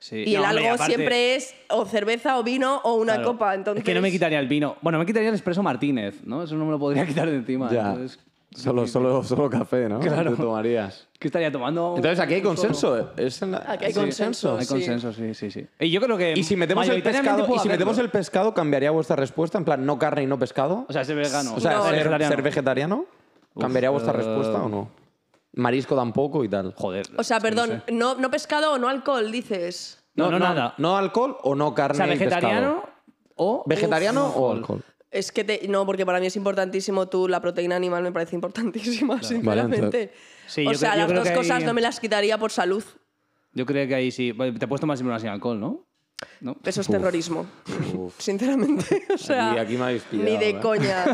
A: Sí.
C: Y el
A: No, hombre,
C: algo
A: aparte-
C: siempre es o cerveza o vino o una
A: Claro.
C: copa. Entonces,
A: Es que no me quitaría el vino. Bueno, me quitaría el espresso Martínez, ¿no? Eso no me lo podría quitar de encima.
B: Ya.
A: Entonces,
B: Solo, solo, solo café, ¿no?
A: Claro.
B: Te tomarías.
A: ¿Qué estaría tomando?
B: Entonces aquí hay consenso. ¿eh? Es en la-
C: Aquí hay
B: Sí.
C: consenso.
A: Hay
C: sí.
A: consenso, sí, sí, sí. Y yo creo que.
B: Y si metemos el
A: mayoritariamente
B: pescado, y
A: puedo
B: si
A: hacerlo.
B: metemos el pescado, cambiaría vuestra respuesta en plan no carne y no pescado.
A: O sea, ser vegano.
B: O sea,
C: no,
B: ser,
A: vegetariano.
B: ser vegetariano, cambiaría vuestra
A: eh,
B: respuesta o no. Marisco tampoco y tal.
A: Joder.
C: O sea,
A: es que no
C: perdón,
A: sé.
C: no, no pescado o no alcohol, dices.
A: No, no, nada.
B: No alcohol o no
A: O
B: carne
A: sea,
B: y pescado.
A: vegetariano o.
B: Vegetariano o alcohol.
C: Es que te, no, porque para mí es importantísimo tú, la proteína animal me parece importantísima,
B: Vale,
C: sinceramente.
A: Sí,
C: o
A: yo
C: sea,
A: creo- yo creo
C: las dos
A: que ahí-
C: cosas no me las quitaría por salud.
A: Yo creo que ahí sí. Bueno, Te puedes tomar siempre una sin alcohol, ¿no? ¿no?
C: Eso es
B: Uf.
C: terrorismo,
B: Uf.
C: Sinceramente, o sea,
B: aquí me habéis pillado,
C: ni de
B: ¿eh?
C: coña.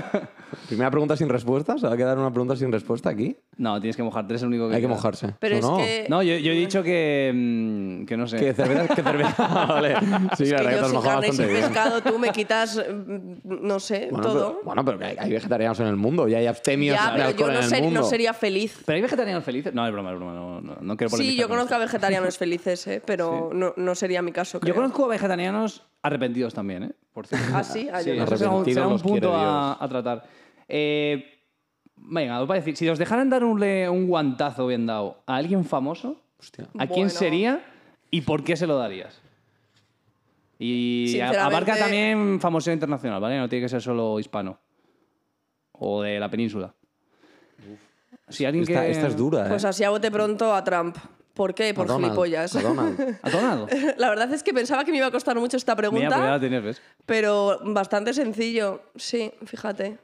B: Primera pregunta sin respuesta. ¿Se va a quedar una pregunta sin respuesta aquí?
A: No, tienes que mojarte, es el único que.
B: Hay que
A: queda.
B: mojarse.
C: Pero
B: ¿o
C: es
B: no?
C: que-
A: No, yo, yo he dicho que. mm, que no sé.
B: Que cerveza, que cerveza. vale. Sí, la
C: que
B: verdad que te
C: yo
B: has
C: sin
B: mojado
C: carne y sin
B: bastante bien.
C: pescado, tú me quitas, mm, no sé,
B: Bueno,
C: todo.
B: Pero, bueno, pero que hay, hay vegetarianos en el mundo y hay abstemios
C: ya,
B: de
C: pero yo
B: alcohol
C: no,
B: en el
C: ser- no
B: mundo.
C: sería feliz.
A: Pero hay vegetarianos felices. No, es broma, es broma. No, no, no quiero
C: Sí,
A: polemizar
C: yo
A: con esto.
C: conozco a vegetarianos felices, ¿eh? pero no, no sería mi caso.
A: Yo
C: creo.
A: conozco vegetarianos arrepentidos también, ¿eh? Por cierto.
C: Ah, sí, ah, yo
A: Sí,
C: no.
A: eso será un,
B: Arrepentidos
A: será un
B: los quiere
A: punto a, a tratar. Eh, venga, os voy a decir, si os dejaran dar un, le- un guantazo bien dado a alguien famoso,
B: Hostia.
A: ¿a quién
C: Bueno.
A: sería y por qué se lo darías? Y a-
C: Sinceramente-
A: abarca también famoso internacional, ¿vale? No tiene que ser solo hispano. O de la península. Si alguien
B: Esta,
A: que...
B: esta es dura, ¿eh?
C: Pues así a bote pronto a Trump. ¿Por qué?
B: A
C: Por
B: Donald,
C: gilipollas.
B: a Donald.
A: ¿A Donald?
C: La verdad es que pensaba que me iba a costar mucho esta
A: Mira, pues ya la
C: pregunta,
A: tenías, ¿ves?
C: pero bastante sencillo. Sí, fíjate.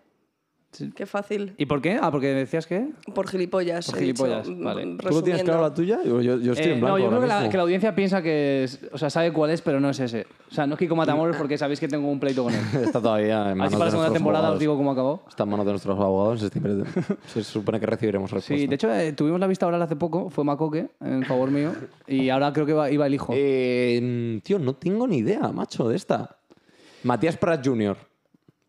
A: Sí.
C: Qué fácil.
A: ¿Y por qué? Ah, porque decías que...
C: Por gilipollas.
A: Por
C: he dicho,
A: gilipollas,
C: mm,
A: vale.
C: mm,
B: ¿Tú lo tienes
C: resumiendo.
B: claro la tuya? Yo, yo- yo estoy
A: Eh,
B: en blanco
A: no, yo creo que
B: ahora
A: la,
B: mismo.
A: que la audiencia piensa que, es- o sea, sabe cuál es, pero no es ese. O sea, no es Kiko Matamoros porque sabéis que tengo un pleito con él.
B: Está todavía en
A: Así
B: manos
A: para la
B: de
A: segunda
B: nuestros
A: temporada
B: abogados.
A: os digo cómo acabó.
B: Está en manos de nuestros abogados. este, pero Se supone que recibiremos respuesta.
A: Sí, de hecho, eh, tuvimos la vista oral hace poco, fue Macoque, en favor mío, y ahora creo que va- iba el hijo.
B: Eh, tío, no tengo ni idea, macho, de esta. Matías Prat Jr.,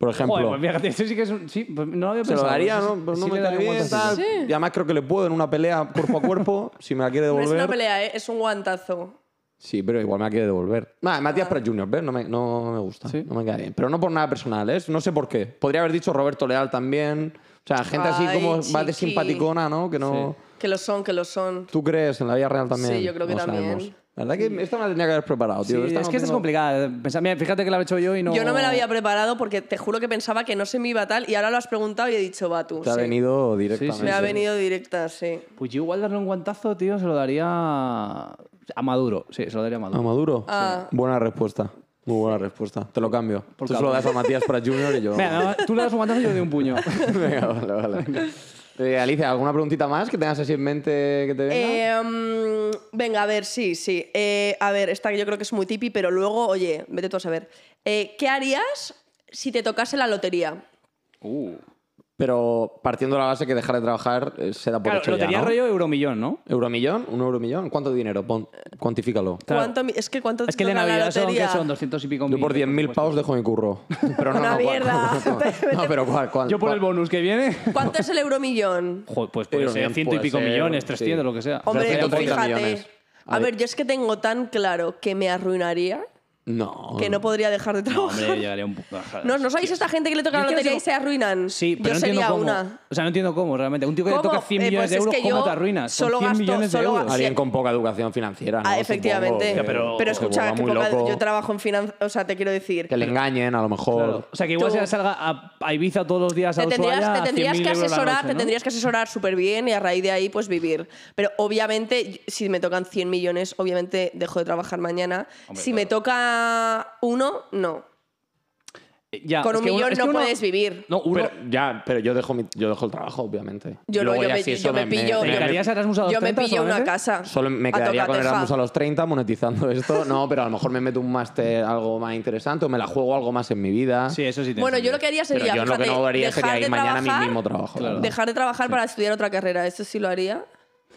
B: por ejemplo.
A: Joder, pues fíjate, eso sí que es un... Sí, pues no lo había
B: se lo
A: pensado.
B: daría,
A: Sí,
B: ¿no?
A: sí,
B: Pues no
A: sí
B: me
A: le daría
B: cae
A: un
B: bien,
A: guantazo.
B: tal. Y además creo que le puedo en una pelea cuerpo a cuerpo, si me la quiere
C: No es
B: devolver.
C: una pelea, ¿eh? es un guantazo.
B: Sí, pero igual me la quiere devolver. Ah, Matías Prat Jr., ¿ves? No me, no me gusta,
A: Sí.
B: no me cae bien. Pero no por nada personal, ¿eh? No sé por qué. Podría haber dicho Roberto Leal también. O sea, gente así
C: Ay,
B: como va de
C: chiqui.
B: simpaticona, ¿no? Que no...
C: Que lo son, que lo son.
B: ¿Tú crees en la vida real también?
C: Sí, yo creo que
B: No
C: también.
B: sabemos. La verdad que esta me la tenía que haber preparado,
A: Sí,
B: tío.
A: es que
B: Esta no
A: esta es
B: tengo-
A: complicada. Pensad, mira, fíjate que la he hecho yo y no...
C: Yo no me la había preparado porque te juro que pensaba que no se me iba tal y ahora lo has preguntado y he dicho, va tú.
B: Te ha
C: sí.
B: venido directamente.
A: sí,
C: Me ha venido directa, sí.
A: Pues yo igual darle un guantazo, tío, se lo daría a Maduro. Sí, se lo daría a
B: ¿A
A: Maduro.
B: Maduro?
C: Ah.
B: Buena respuesta. Muy buena respuesta. Te lo cambio. Tú se lo
A: cabrón.
B: das a Matías para Junior y yo.
A: Venga, no, tú le das un guantazo y yo le doy un puño.
B: Venga, vale, vale. Eh, Alicia, ¿alguna preguntita más que tengas así en mente que te venga?
C: Eh, mm, venga, a ver, sí, sí. Eh, a ver, esta que yo creo que es muy tipi, pero luego, oye, vete tú a saber. Eh, ¿Qué harías si te tocase la lotería?
A: Uh.
B: Pero partiendo de la base que dejar de trabajar eh, se da por
A: Claro,
B: hecho
A: lo
B: ya,
A: tenía
B: ¿no?
A: rollo euromillón, ¿no?
B: ¿Euromillón? ¿Un euromillón? ¿Cuánto dinero? Pon- cuantifícalo.
A: Claro.
C: ¿Cuánto mi- es que cuánto
A: Es que el de
C: toca la
A: Navidad son, ¿qué
C: lotería?
A: son 200 y pico
B: Yo
A: mil.
B: por 10.000 pavos dejo mi curro. Pero no,
C: Una
B: no, ¿cuál?
C: mierda.
B: No, pero ¿cuál? cuál
A: Yo por
B: cuál?
A: el bonus que viene.
C: ¿Cuánto es el euromillón?
A: Joder, pues puede
B: Pero
A: ser
B: bien,
A: ciento y
B: puede
A: pico
B: ser,
A: millones,
B: sí.
A: 300, lo que sea.
C: Hombre,
B: 130
C: fíjate.
B: millones.
C: A
B: Ahí.
C: ver, yo es que tengo tan claro que me arruinaría
B: No.
C: que no podría dejar de trabajar.
A: Oh. Hombre, llegaría un poco.
C: No, ¿no sois esta gente que le toca
A: Yo
C: la
A: es que no
C: lotería
A: sé
C: y se arruinan?
A: Sí, pero
C: yo
A: no
C: sería
A: entiendo cómo.
C: una. Ah,
A: O sea, no entiendo cómo, realmente. Un tío que le
C: ¿Cómo?
A: toca 100
C: Eh,
A: millones
C: pues
A: de
C: es
A: euros,
C: que
A: ¿cómo
C: yo
A: te arruinas? Son
C: solo
A: 100
C: gasto,
A: millones de
C: solo
A: euros.
C: gasto.
B: Alguien
C: Sí.
B: con poca educación financiera, ¿no?
C: Ah,
B: Supongo
C: efectivamente.
B: que-
A: pero-
B: que
C: pero escucha,
B: vuelva
C: que
B: muy
C: poca-
B: loco,
C: yo trabajo en finanzas. O sea, te quiero decir.
B: Que le engañen, a lo mejor.
A: Claro. O sea, que igual
C: Tú-
A: se salga a, a Ibiza todos los días a
C: te tendrías,
A: Ushuaia,
C: te
A: a
C: tendrías
A: 100.000
C: que
A: euros la
C: asesorar,
A: noche,
C: te
A: ¿no?
C: tendrías que asesorar súper bien y a raíz de ahí pues vivir. Pero obviamente, si me tocan 100 millones, obviamente dejo de trabajar mañana.
A: Hombre,
C: si me toca uno, no.
A: Eh, ya,
C: Con
A: es
C: un
A: que uno-
C: millón
A: es que
C: no
A: uno-
C: puedes vivir.
A: No, uno.
B: Pero, ya, pero yo dejo, mi- yo dejo el trabajo, obviamente.
C: Yo no,
B: Luego
C: yo
B: ya
C: me-
B: si eso
C: yo me pillo-
A: ¿Te dedicarías a Erasmus a los
C: Yo me
A: 30
C: pillo una
A: solamente?
C: casa.
B: Solo me
C: a
B: quedaría con
C: tocateja.
B: Erasmus a los 30 monetizando esto. No, pero a lo mejor me meto un máster, algo más interesante, o me la juego algo más en mi vida.
A: Sí, eso sí. te
C: Bueno, yo
A: entiendo.
C: lo que haría
B: Pero
C: sería.
B: yo lo que
C: fíjate,
B: no haría
C: dejar
B: sería
C: de
B: ir mañana a mi
C: trabajar-
B: mismo trabajo. la verdad.
C: Dejar de trabajar para estudiar otra carrera, eso sí lo haría.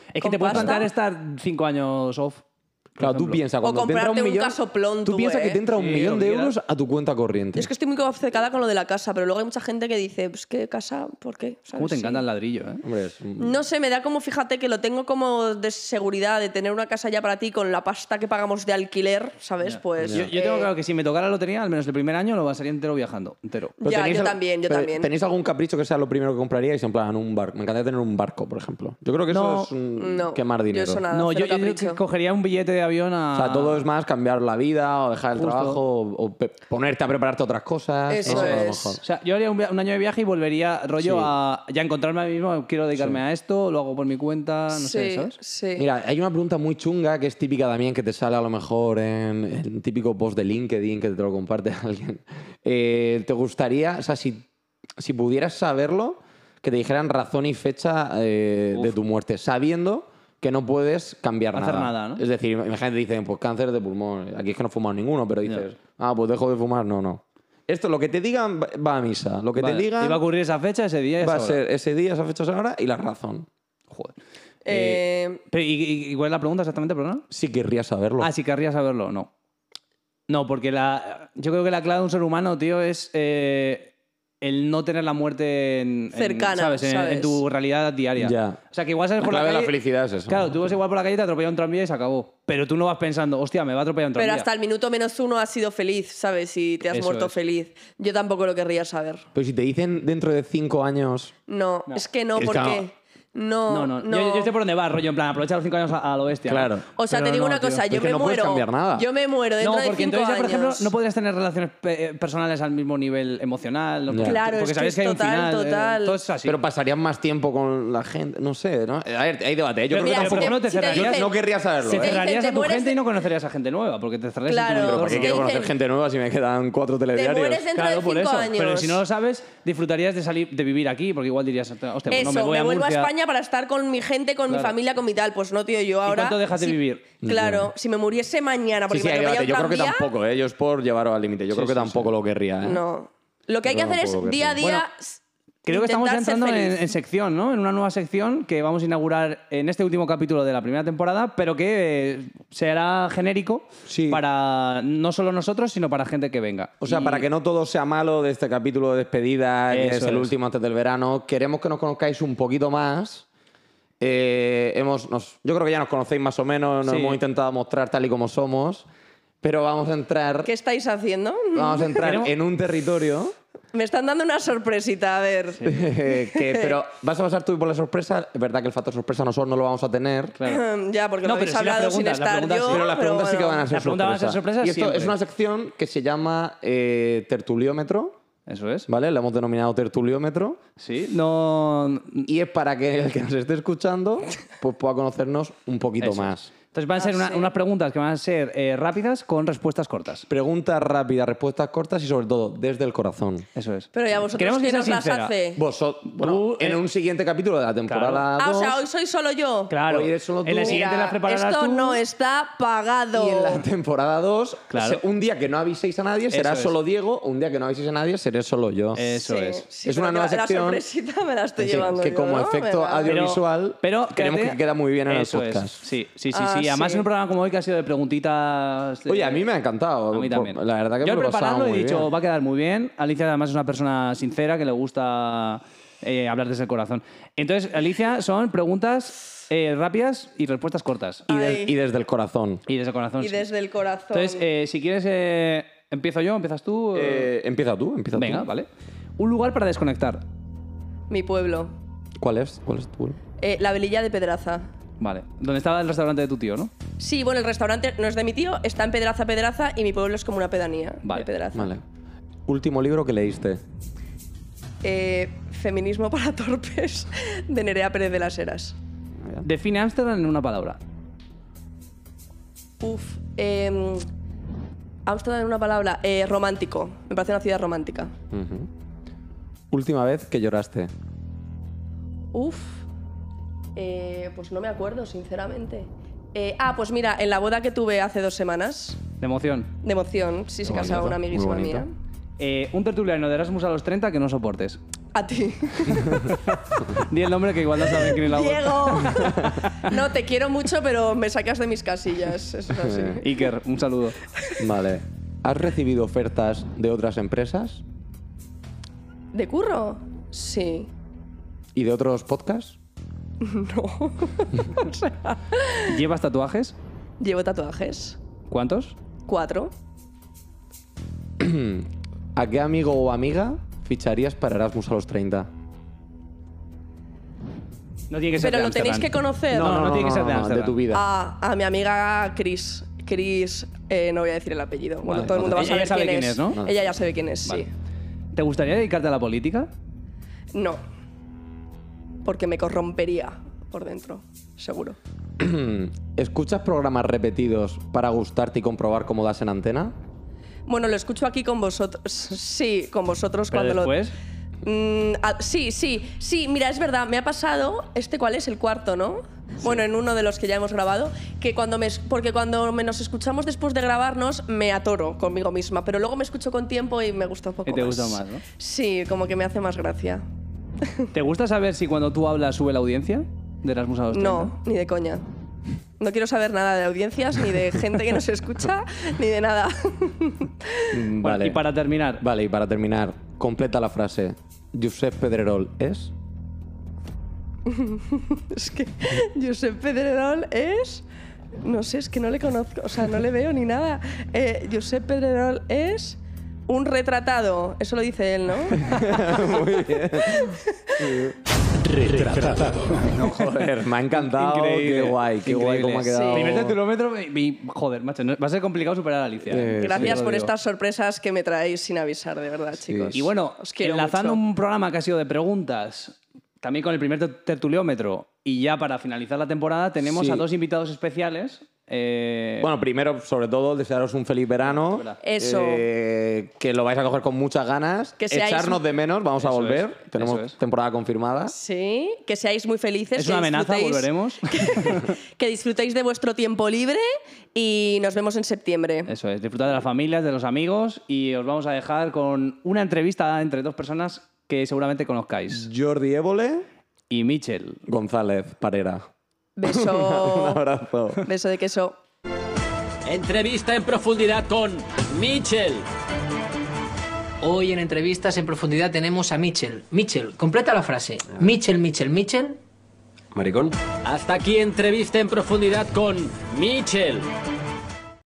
A: Es que
C: con
A: te puedes
C: pasta.
A: plantar estar 5 años off. por
B: Claro, tú
A: ejemplo.
B: piensas,
C: O
B: cuando te entra un
C: comprarte un
B: millón...
C: casoplón, tú,
B: piensas
C: ¿eh?
B: que te entra un
A: Sí,
B: millón
A: lo
B: de
A: quieras.
B: euros a tu cuenta corriente.
C: Es que estoy muy obcecada con lo de la casa, pero luego hay mucha gente que dice, pues qué casa, ¿por qué? ¿Sabes?
A: ¿Cómo te
C: Sí.
A: encanta el ladrillo, eh?
B: Hombre, es un-
C: No sé, me da como, fíjate, que lo tengo como de seguridad, de tener una casa ya para ti con la pasta que pagamos de alquiler, ¿sabes? Pues.
A: Yo, yo tengo claro que si me tocara la lotería, al menos el primer año lo pasaría entero viajando. Entero.
B: Pero
C: Ya,
B: tenéis
C: yo
B: al-
C: también, yo
B: pero
C: también.
B: ¿Tenéis algún capricho que sea lo primero que compraríais? En plan, un barco. Me encantaría tener un barco, por ejemplo. Yo creo que
A: No,
B: eso es un...
C: no,
B: quemar
C: yo
B: dinero.
C: eso nada.
A: no, yo,
C: cero
A: yo creo
C: capricho.
A: que cogería un billete de avión a.
B: O sea, todo es más cambiar la vida o dejar el
A: Justo.
B: trabajo o, o pe- ponerte a prepararte otras cosas.
C: Eso
B: a lo
C: es.
B: mejor.
A: O sea, yo haría un, via- un año de viaje y volvería rollo
B: Sí.
A: a ya encontrarme a mí mismo, quiero dedicarme a esto, lo hago por mi cuenta, no
C: sí,
A: sé, ¿sabes?
C: sí.
B: Mira, hay una pregunta muy chunga que es típica también, que te sale a lo mejor en el típico post de LinkedIn que te lo comparte alguien. Eh, ¿Te gustaría, o sea, si, si pudieras saberlo, que te dijeran razón y fecha eh, de tu muerte, sabiendo que no puedes cambiar
A: Hacer
B: nada.
A: nada, ¿no?
B: Es decir, imagínate, dicen, pues cáncer de pulmón. Aquí es que no fumamos ninguno, pero dices,
A: Ya.
B: ah, pues dejo de fumar. No, no. Esto, lo que te digan va- va a misa. Lo que
A: Vale,
B: te digan
A: Iba a ocurrir esa fecha, ese día y esa
B: va a
A: hora.
B: ser ese día, esa fecha, esa hora y la razón.
A: Joder.
C: Eh,
A: Pero, ¿y, y- y cuál es la pregunta exactamente, perdona?
B: Sí querría saberlo.
A: Ah, si querría saberlo, no. No, porque la, yo creo que la clave de un ser humano, tío, es eh, el no tener la muerte en, en-
C: Cercana,
A: ¿sabes? En,
C: ¿sabes?
A: en tu realidad diaria.
B: Ya.
A: O sea, que igual sales
B: La
A: por la
B: clave de
A: calle...
B: la felicidad es eso.
A: Claro, tú vas igual por la calle, te atropella un tranvía y se acabó. Pero tú no vas pensando, hostia, me va a atropellar un tranvía.
C: Pero hasta el minuto menos uno has sido feliz, ¿sabes? Y te has
A: Eso
C: muerto
A: es.
C: feliz. Yo tampoco lo querría saber.
B: Pero si te dicen dentro de cinco años.
C: No, es que no,
B: Es que
C: porque. No,
A: No, no, Yo, yo sé por dónde vas, rollo, en plan, aprovechar los cinco años a- al oeste.
B: Claro.
C: O sea, te digo una cosa, yo
B: porque
C: me
B: no puedes
C: muero.
B: cambiar nada.
C: Yo me muero
A: No,
C: dentro de
A: porque
C: cinco
A: entonces ya, por ejemplo,
C: años.
A: no podrías tener relaciones pe- eh, personales al mismo nivel emocional. No,
B: Ya.
C: Claro,
A: porque
C: es que
A: sabes
C: es
A: que, hay un
C: total,
A: final, eh,
C: total.
A: todo es así.
B: Pero pasarían más tiempo con la gente. No sé, ¿no? A ver, hay debate. Ah, ¿eh? Yo
A: Pero mira,
B: creo que
A: por
B: tampoco.
A: ejemplo, te
C: si
A: cerrarías-
C: dicen-
B: No querría saberlo.
A: Se
B: ¿eh?
C: te
A: cerrarías
C: dicen,
A: a
C: "Te
A: tu
C: mueres
A: gente
C: de-
A: y no conocerías a gente nueva, porque te cerrarías en
C: Claro.
A: tu
B: Pero
A: entorno.
B: ¿para qué
C: Si te
B: quiero conocer
C: dicen-
B: gente nueva si me quedan cuatro telediarios?
C: mueres de- dentro
A: Claro, por
C: cinco
A: eso.
C: años.
A: Pero si no lo sabes, disfrutarías de salir, de vivir aquí, porque igual dirías, hostia, pues
C: Eso,
A: no me voy a
C: vuelvo
A: Murcia.
C: a España para estar con mi gente, con mi
A: Claro.
C: familia, con mi tal. Pues no, tío, yo ahora.
A: cuánto dejas de vivir?
C: Claro, si me muriese mañana,
B: Sí,
C: porque
B: sí,
C: me
B: hay
C: atropella
B: debate.
C: un
B: Yo creo que
C: tranvía,
B: tampoco, ¿eh? Yo es por llevarlo al límite. Yo creo que tampoco lo querría, ¿eh?
C: No. Lo que hay que
B: Yo
C: hacer es
B: tampoco
C: día a día.
A: creo.
C: s-
A: Creo que estamos
C: e intentar ser
A: entrando en,
C: feliz.
A: en sección, ¿no? En una nueva sección que vamos a inaugurar en este último capítulo de la primera temporada, pero que eh, será genérico
B: Sí.
A: para no solo nosotros, sino para gente que venga.
B: O sea,
A: Y-
B: para que no todo sea malo de este capítulo de despedida, que
A: Eso
B: es el
A: es.
B: último antes del verano, queremos que nos conozcáis un poquito más. Eh, hemos, nos- yo creo que ya nos conocéis más o menos, nos
A: Sí.
B: hemos intentado mostrar tal y como somos, pero vamos a entrar,
C: ¿Qué estáis haciendo?
A: Ah.
B: vamos a entrar
A: Queremos-
B: en un territorio
C: Me están dando una sorpresita, a ver.
B: eh, que, pero vas a pasar tú por la sorpresa. Es verdad que el factor sorpresa nosotros no lo vamos a tener,
A: Claro.
C: ya, porque
A: No,
C: lo
A: pero
C: habéis
A: sí la
C: hablado sin
A: pregunta, la
C: estar
A: pregunta
C: yo.
A: sí.
B: Pero las preguntas sí que van a ser
A: Las preguntas van a ser
B: sorpresas.
A: sorpresas
B: Y esto
A: siempre.
B: es una sección que se llama eh, tertuliómetro,
A: Eso es.
B: ¿vale? La hemos denominado tertuliómetro.
A: Sí. No.
B: Y es para que el que nos esté escuchando pues pueda conocernos un poquito
A: Eso.
B: más.
A: Entonces van a ser una-
C: sí.
A: unas preguntas que van a ser eh, rápidas con respuestas cortas.
B: Preguntas rápidas, respuestas cortas y sobre todo desde el corazón.
A: Eso es.
C: Pero ya vosotros
A: Queremos que sea
C: ¿quién os las
A: sincera.
C: hace?
B: Vosot- bueno,
A: Tú,
B: en
A: eh,
B: un siguiente capítulo de la temporada
C: Ah, o
B: 2,
C: sea, hoy soy solo yo.
A: Claro.
B: Oye, solo tú.
A: En la siguiente
C: Mira,
A: las prepararás
C: esto
A: tú.
C: no está pagado.
B: y en la temporada 2,
A: Claro.
B: un día que no aviséis a nadie será
A: Eso es.
B: solo Diego, un día que no aviséis a nadie seré solo yo.
A: Eso
C: Sí,
A: es.
C: sí,
B: Es una
C: pero
B: nueva
C: que la-
B: sección.
C: La sorpresita me la estoy
B: Sí,
C: llevando.
B: que
C: yo,
B: como
C: ¿no?
B: efecto
C: Venga.
B: audio- audiovisual,
A: pero
B: creemos
A: quédate-
B: que queda muy bien en el
A: Eso es.
B: podcast.
A: Sí, sí, sí,
C: Ah,
A: sí. Además
C: sí.
A: en un programa como hoy que ha sido de preguntitas. de-
B: Oye, a mí me ha encantado.
A: eh, A mí
B: por-
A: también.
B: La verdad que
A: Yo
B: me
A: al
B: lo he pasado
A: prepararlo he
B: muy
A: dicho,
B: bien.
A: va a quedar muy bien. Alicia además es una persona sincera que le gusta eh, hablar desde el corazón. Entonces, Alicia, son preguntas eh, rápidas y respuestas cortas.
B: Y, del-
C: Ay.
B: y desde el corazón.
A: Y desde el corazón.
C: Y
A: sí.
C: desde el corazón.
A: Entonces, eh, si quieres, eh, empiezo yo, empiezas tú.
B: Eh, empieza tú, empieza
A: Venga,
B: tú.
A: vale. Un lugar para desconectar.
C: Mi pueblo.
B: ¿Cuál es? ¿Cuál es tu?
C: Eh, la velilla de Pedraza.
A: Vale. Donde estaba el restaurante de tu tío, ¿no?
C: Sí, bueno, el restaurante no es de mi tío, está en Pedraza, Pedraza, y mi pueblo es como una pedanía
A: Vale,
C: de Pedraza.
B: Vale. Último libro que leíste.
C: Eh, Feminismo para torpes de Nerea Pérez de las Heras.
A: Define Ámsterdam en una palabra.
C: Uf. em, Ámsterdam en una palabra. eh, romántico. Me parece una ciudad romántica.
B: Ujú. Última vez que lloraste.
C: Uf. Eh, pues no me acuerdo, sinceramente. Eh, ah, pues mira, en la boda que tuve hace dos semanas,
A: De emoción.
C: de emoción, sí se
B: Muy
C: casaba
B: bonito,
C: una
B: muy
C: amiguísima
B: bonito.
C: mía.
A: Eh, un tertuliano de Erasmus a los 30 que no soportes.
C: A ti.
A: Di el nombre que igual no saben quién es la voz.
C: Diego. No, te quiero mucho, pero me sacas de mis casillas. Eso es así.
A: Iker, un saludo.
B: Vale. ¿Has recibido ofertas de otras empresas
C: ¿De curro? Sí.
B: y de otros podcasts?
A: ¿Llevas tatuajes?
C: Llevo tatuajes.
A: ¿Cuántos?
C: Cuatro.
B: ¿A qué amigo o amiga ficharías para Erasmus a los 30?
A: No tiene que
C: ser Pero de lo tenéis Ámsterdam. que conocer.
A: No, no, tiene que ser de
B: de
A: Ámsterdam.
B: tu vida.
C: A, a mi amiga Chris. Chris, eh, no voy a decir el apellido. Bueno,
A: Vale.
C: todo el mundo va a
A: Ella
C: saber
A: ya sabe
C: quién,
A: quién
C: es.
A: es, ¿no?
C: Ella ya sabe quién es,
A: Vale.
C: sí.
A: ¿Te gustaría dedicarte a la política?
C: Pues No. Porque me corrompería por dentro, seguro.
B: ¿Escuchas programas repetidos para gustarte y comprobar cómo das en antena?
C: Bueno, lo escucho aquí con vosotros. Sí, con vosotros
A: Pero
C: cuando
A: después,
C: lo. Mm, ah, sí, sí, sí, mira, es verdad, me ha pasado, este cuál es, el cuarto, ¿no? Bueno, en uno de los que ya hemos grabado, que cuando me, es- porque cuando me nos escuchamos después de grabarnos, me atoro conmigo misma, pero luego me escucho con tiempo y me gusta un poco
A: Y te
C: más.
A: gusta más, ¿no?
C: Sí, como que me hace más gracia.
A: ¿Te gusta saber si cuando tú hablas sube la audiencia de Erasmus a los 30?
C: No, ni de coña. No quiero saber nada de audiencias, ni de gente que nos escucha, ni de nada.
A: Bueno,
B: Mm, Vale.
A: Y para terminar,
B: Vale, y para terminar, completa la frase. Josep Pedrerol es.
C: Es que Josep Pedrerol es. No sé, es que no le conozco, o sea, no le veo ni nada. Eh, Josep Pedrerol es un retratado, eso lo dice él, ¿no?
B: Joder, me ha encantado.
A: Increíble,
B: Qué guay, qué guay
A: increíble.
B: cómo ha quedado.
A: Primer kilómetro y, y- joder, macho, no- va a ser complicado superar a Alicia.
B: Eh, sí.
C: Gracias
A: Te lo
C: por
A: digo.
C: estas sorpresas que me traéis sin avisar, de verdad, chicos.
A: Y bueno,
C: Os quiero
A: enlazando
C: mucho.
A: un programa que ha sido de preguntas, también con el primer ter- tertuliómetro, y ya para finalizar la temporada tenemos
B: Sí.
A: a dos invitados especiales. eh,
B: Bueno, primero, sobre todo, desearos un feliz verano.
C: Eso.
B: Eh, que lo vais a coger con muchas ganas.
C: Que seáis-
B: Echarnos de menos, vamos a
A: Eso
B: volver.
A: es,
B: Tenemos
A: eso es.
B: temporada confirmada.
C: Sí, que seáis muy felices.
A: es
C: que
A: una amenaza,
C: disfrutéis-
A: volveremos.
C: que disfrutéis de vuestro tiempo libre y nos vemos en septiembre.
A: Eso es, disfrutar de las familias, de los amigos, y os vamos a dejar con una entrevista entre dos personas que seguramente conozcáis.
B: Jordi Évole,
A: Y Michel.
B: González Parera. Un
C: Beso.
B: abrazo.
C: Beso de queso.
E: Entrevista en profundidad con Mitchell.
F: Hoy en entrevistas en profundidad tenemos a Mitchell. Mitchell, completa la frase. Mitchell, Mitchell, Mitchell.
E: Hasta aquí entrevista en profundidad con Mitchell.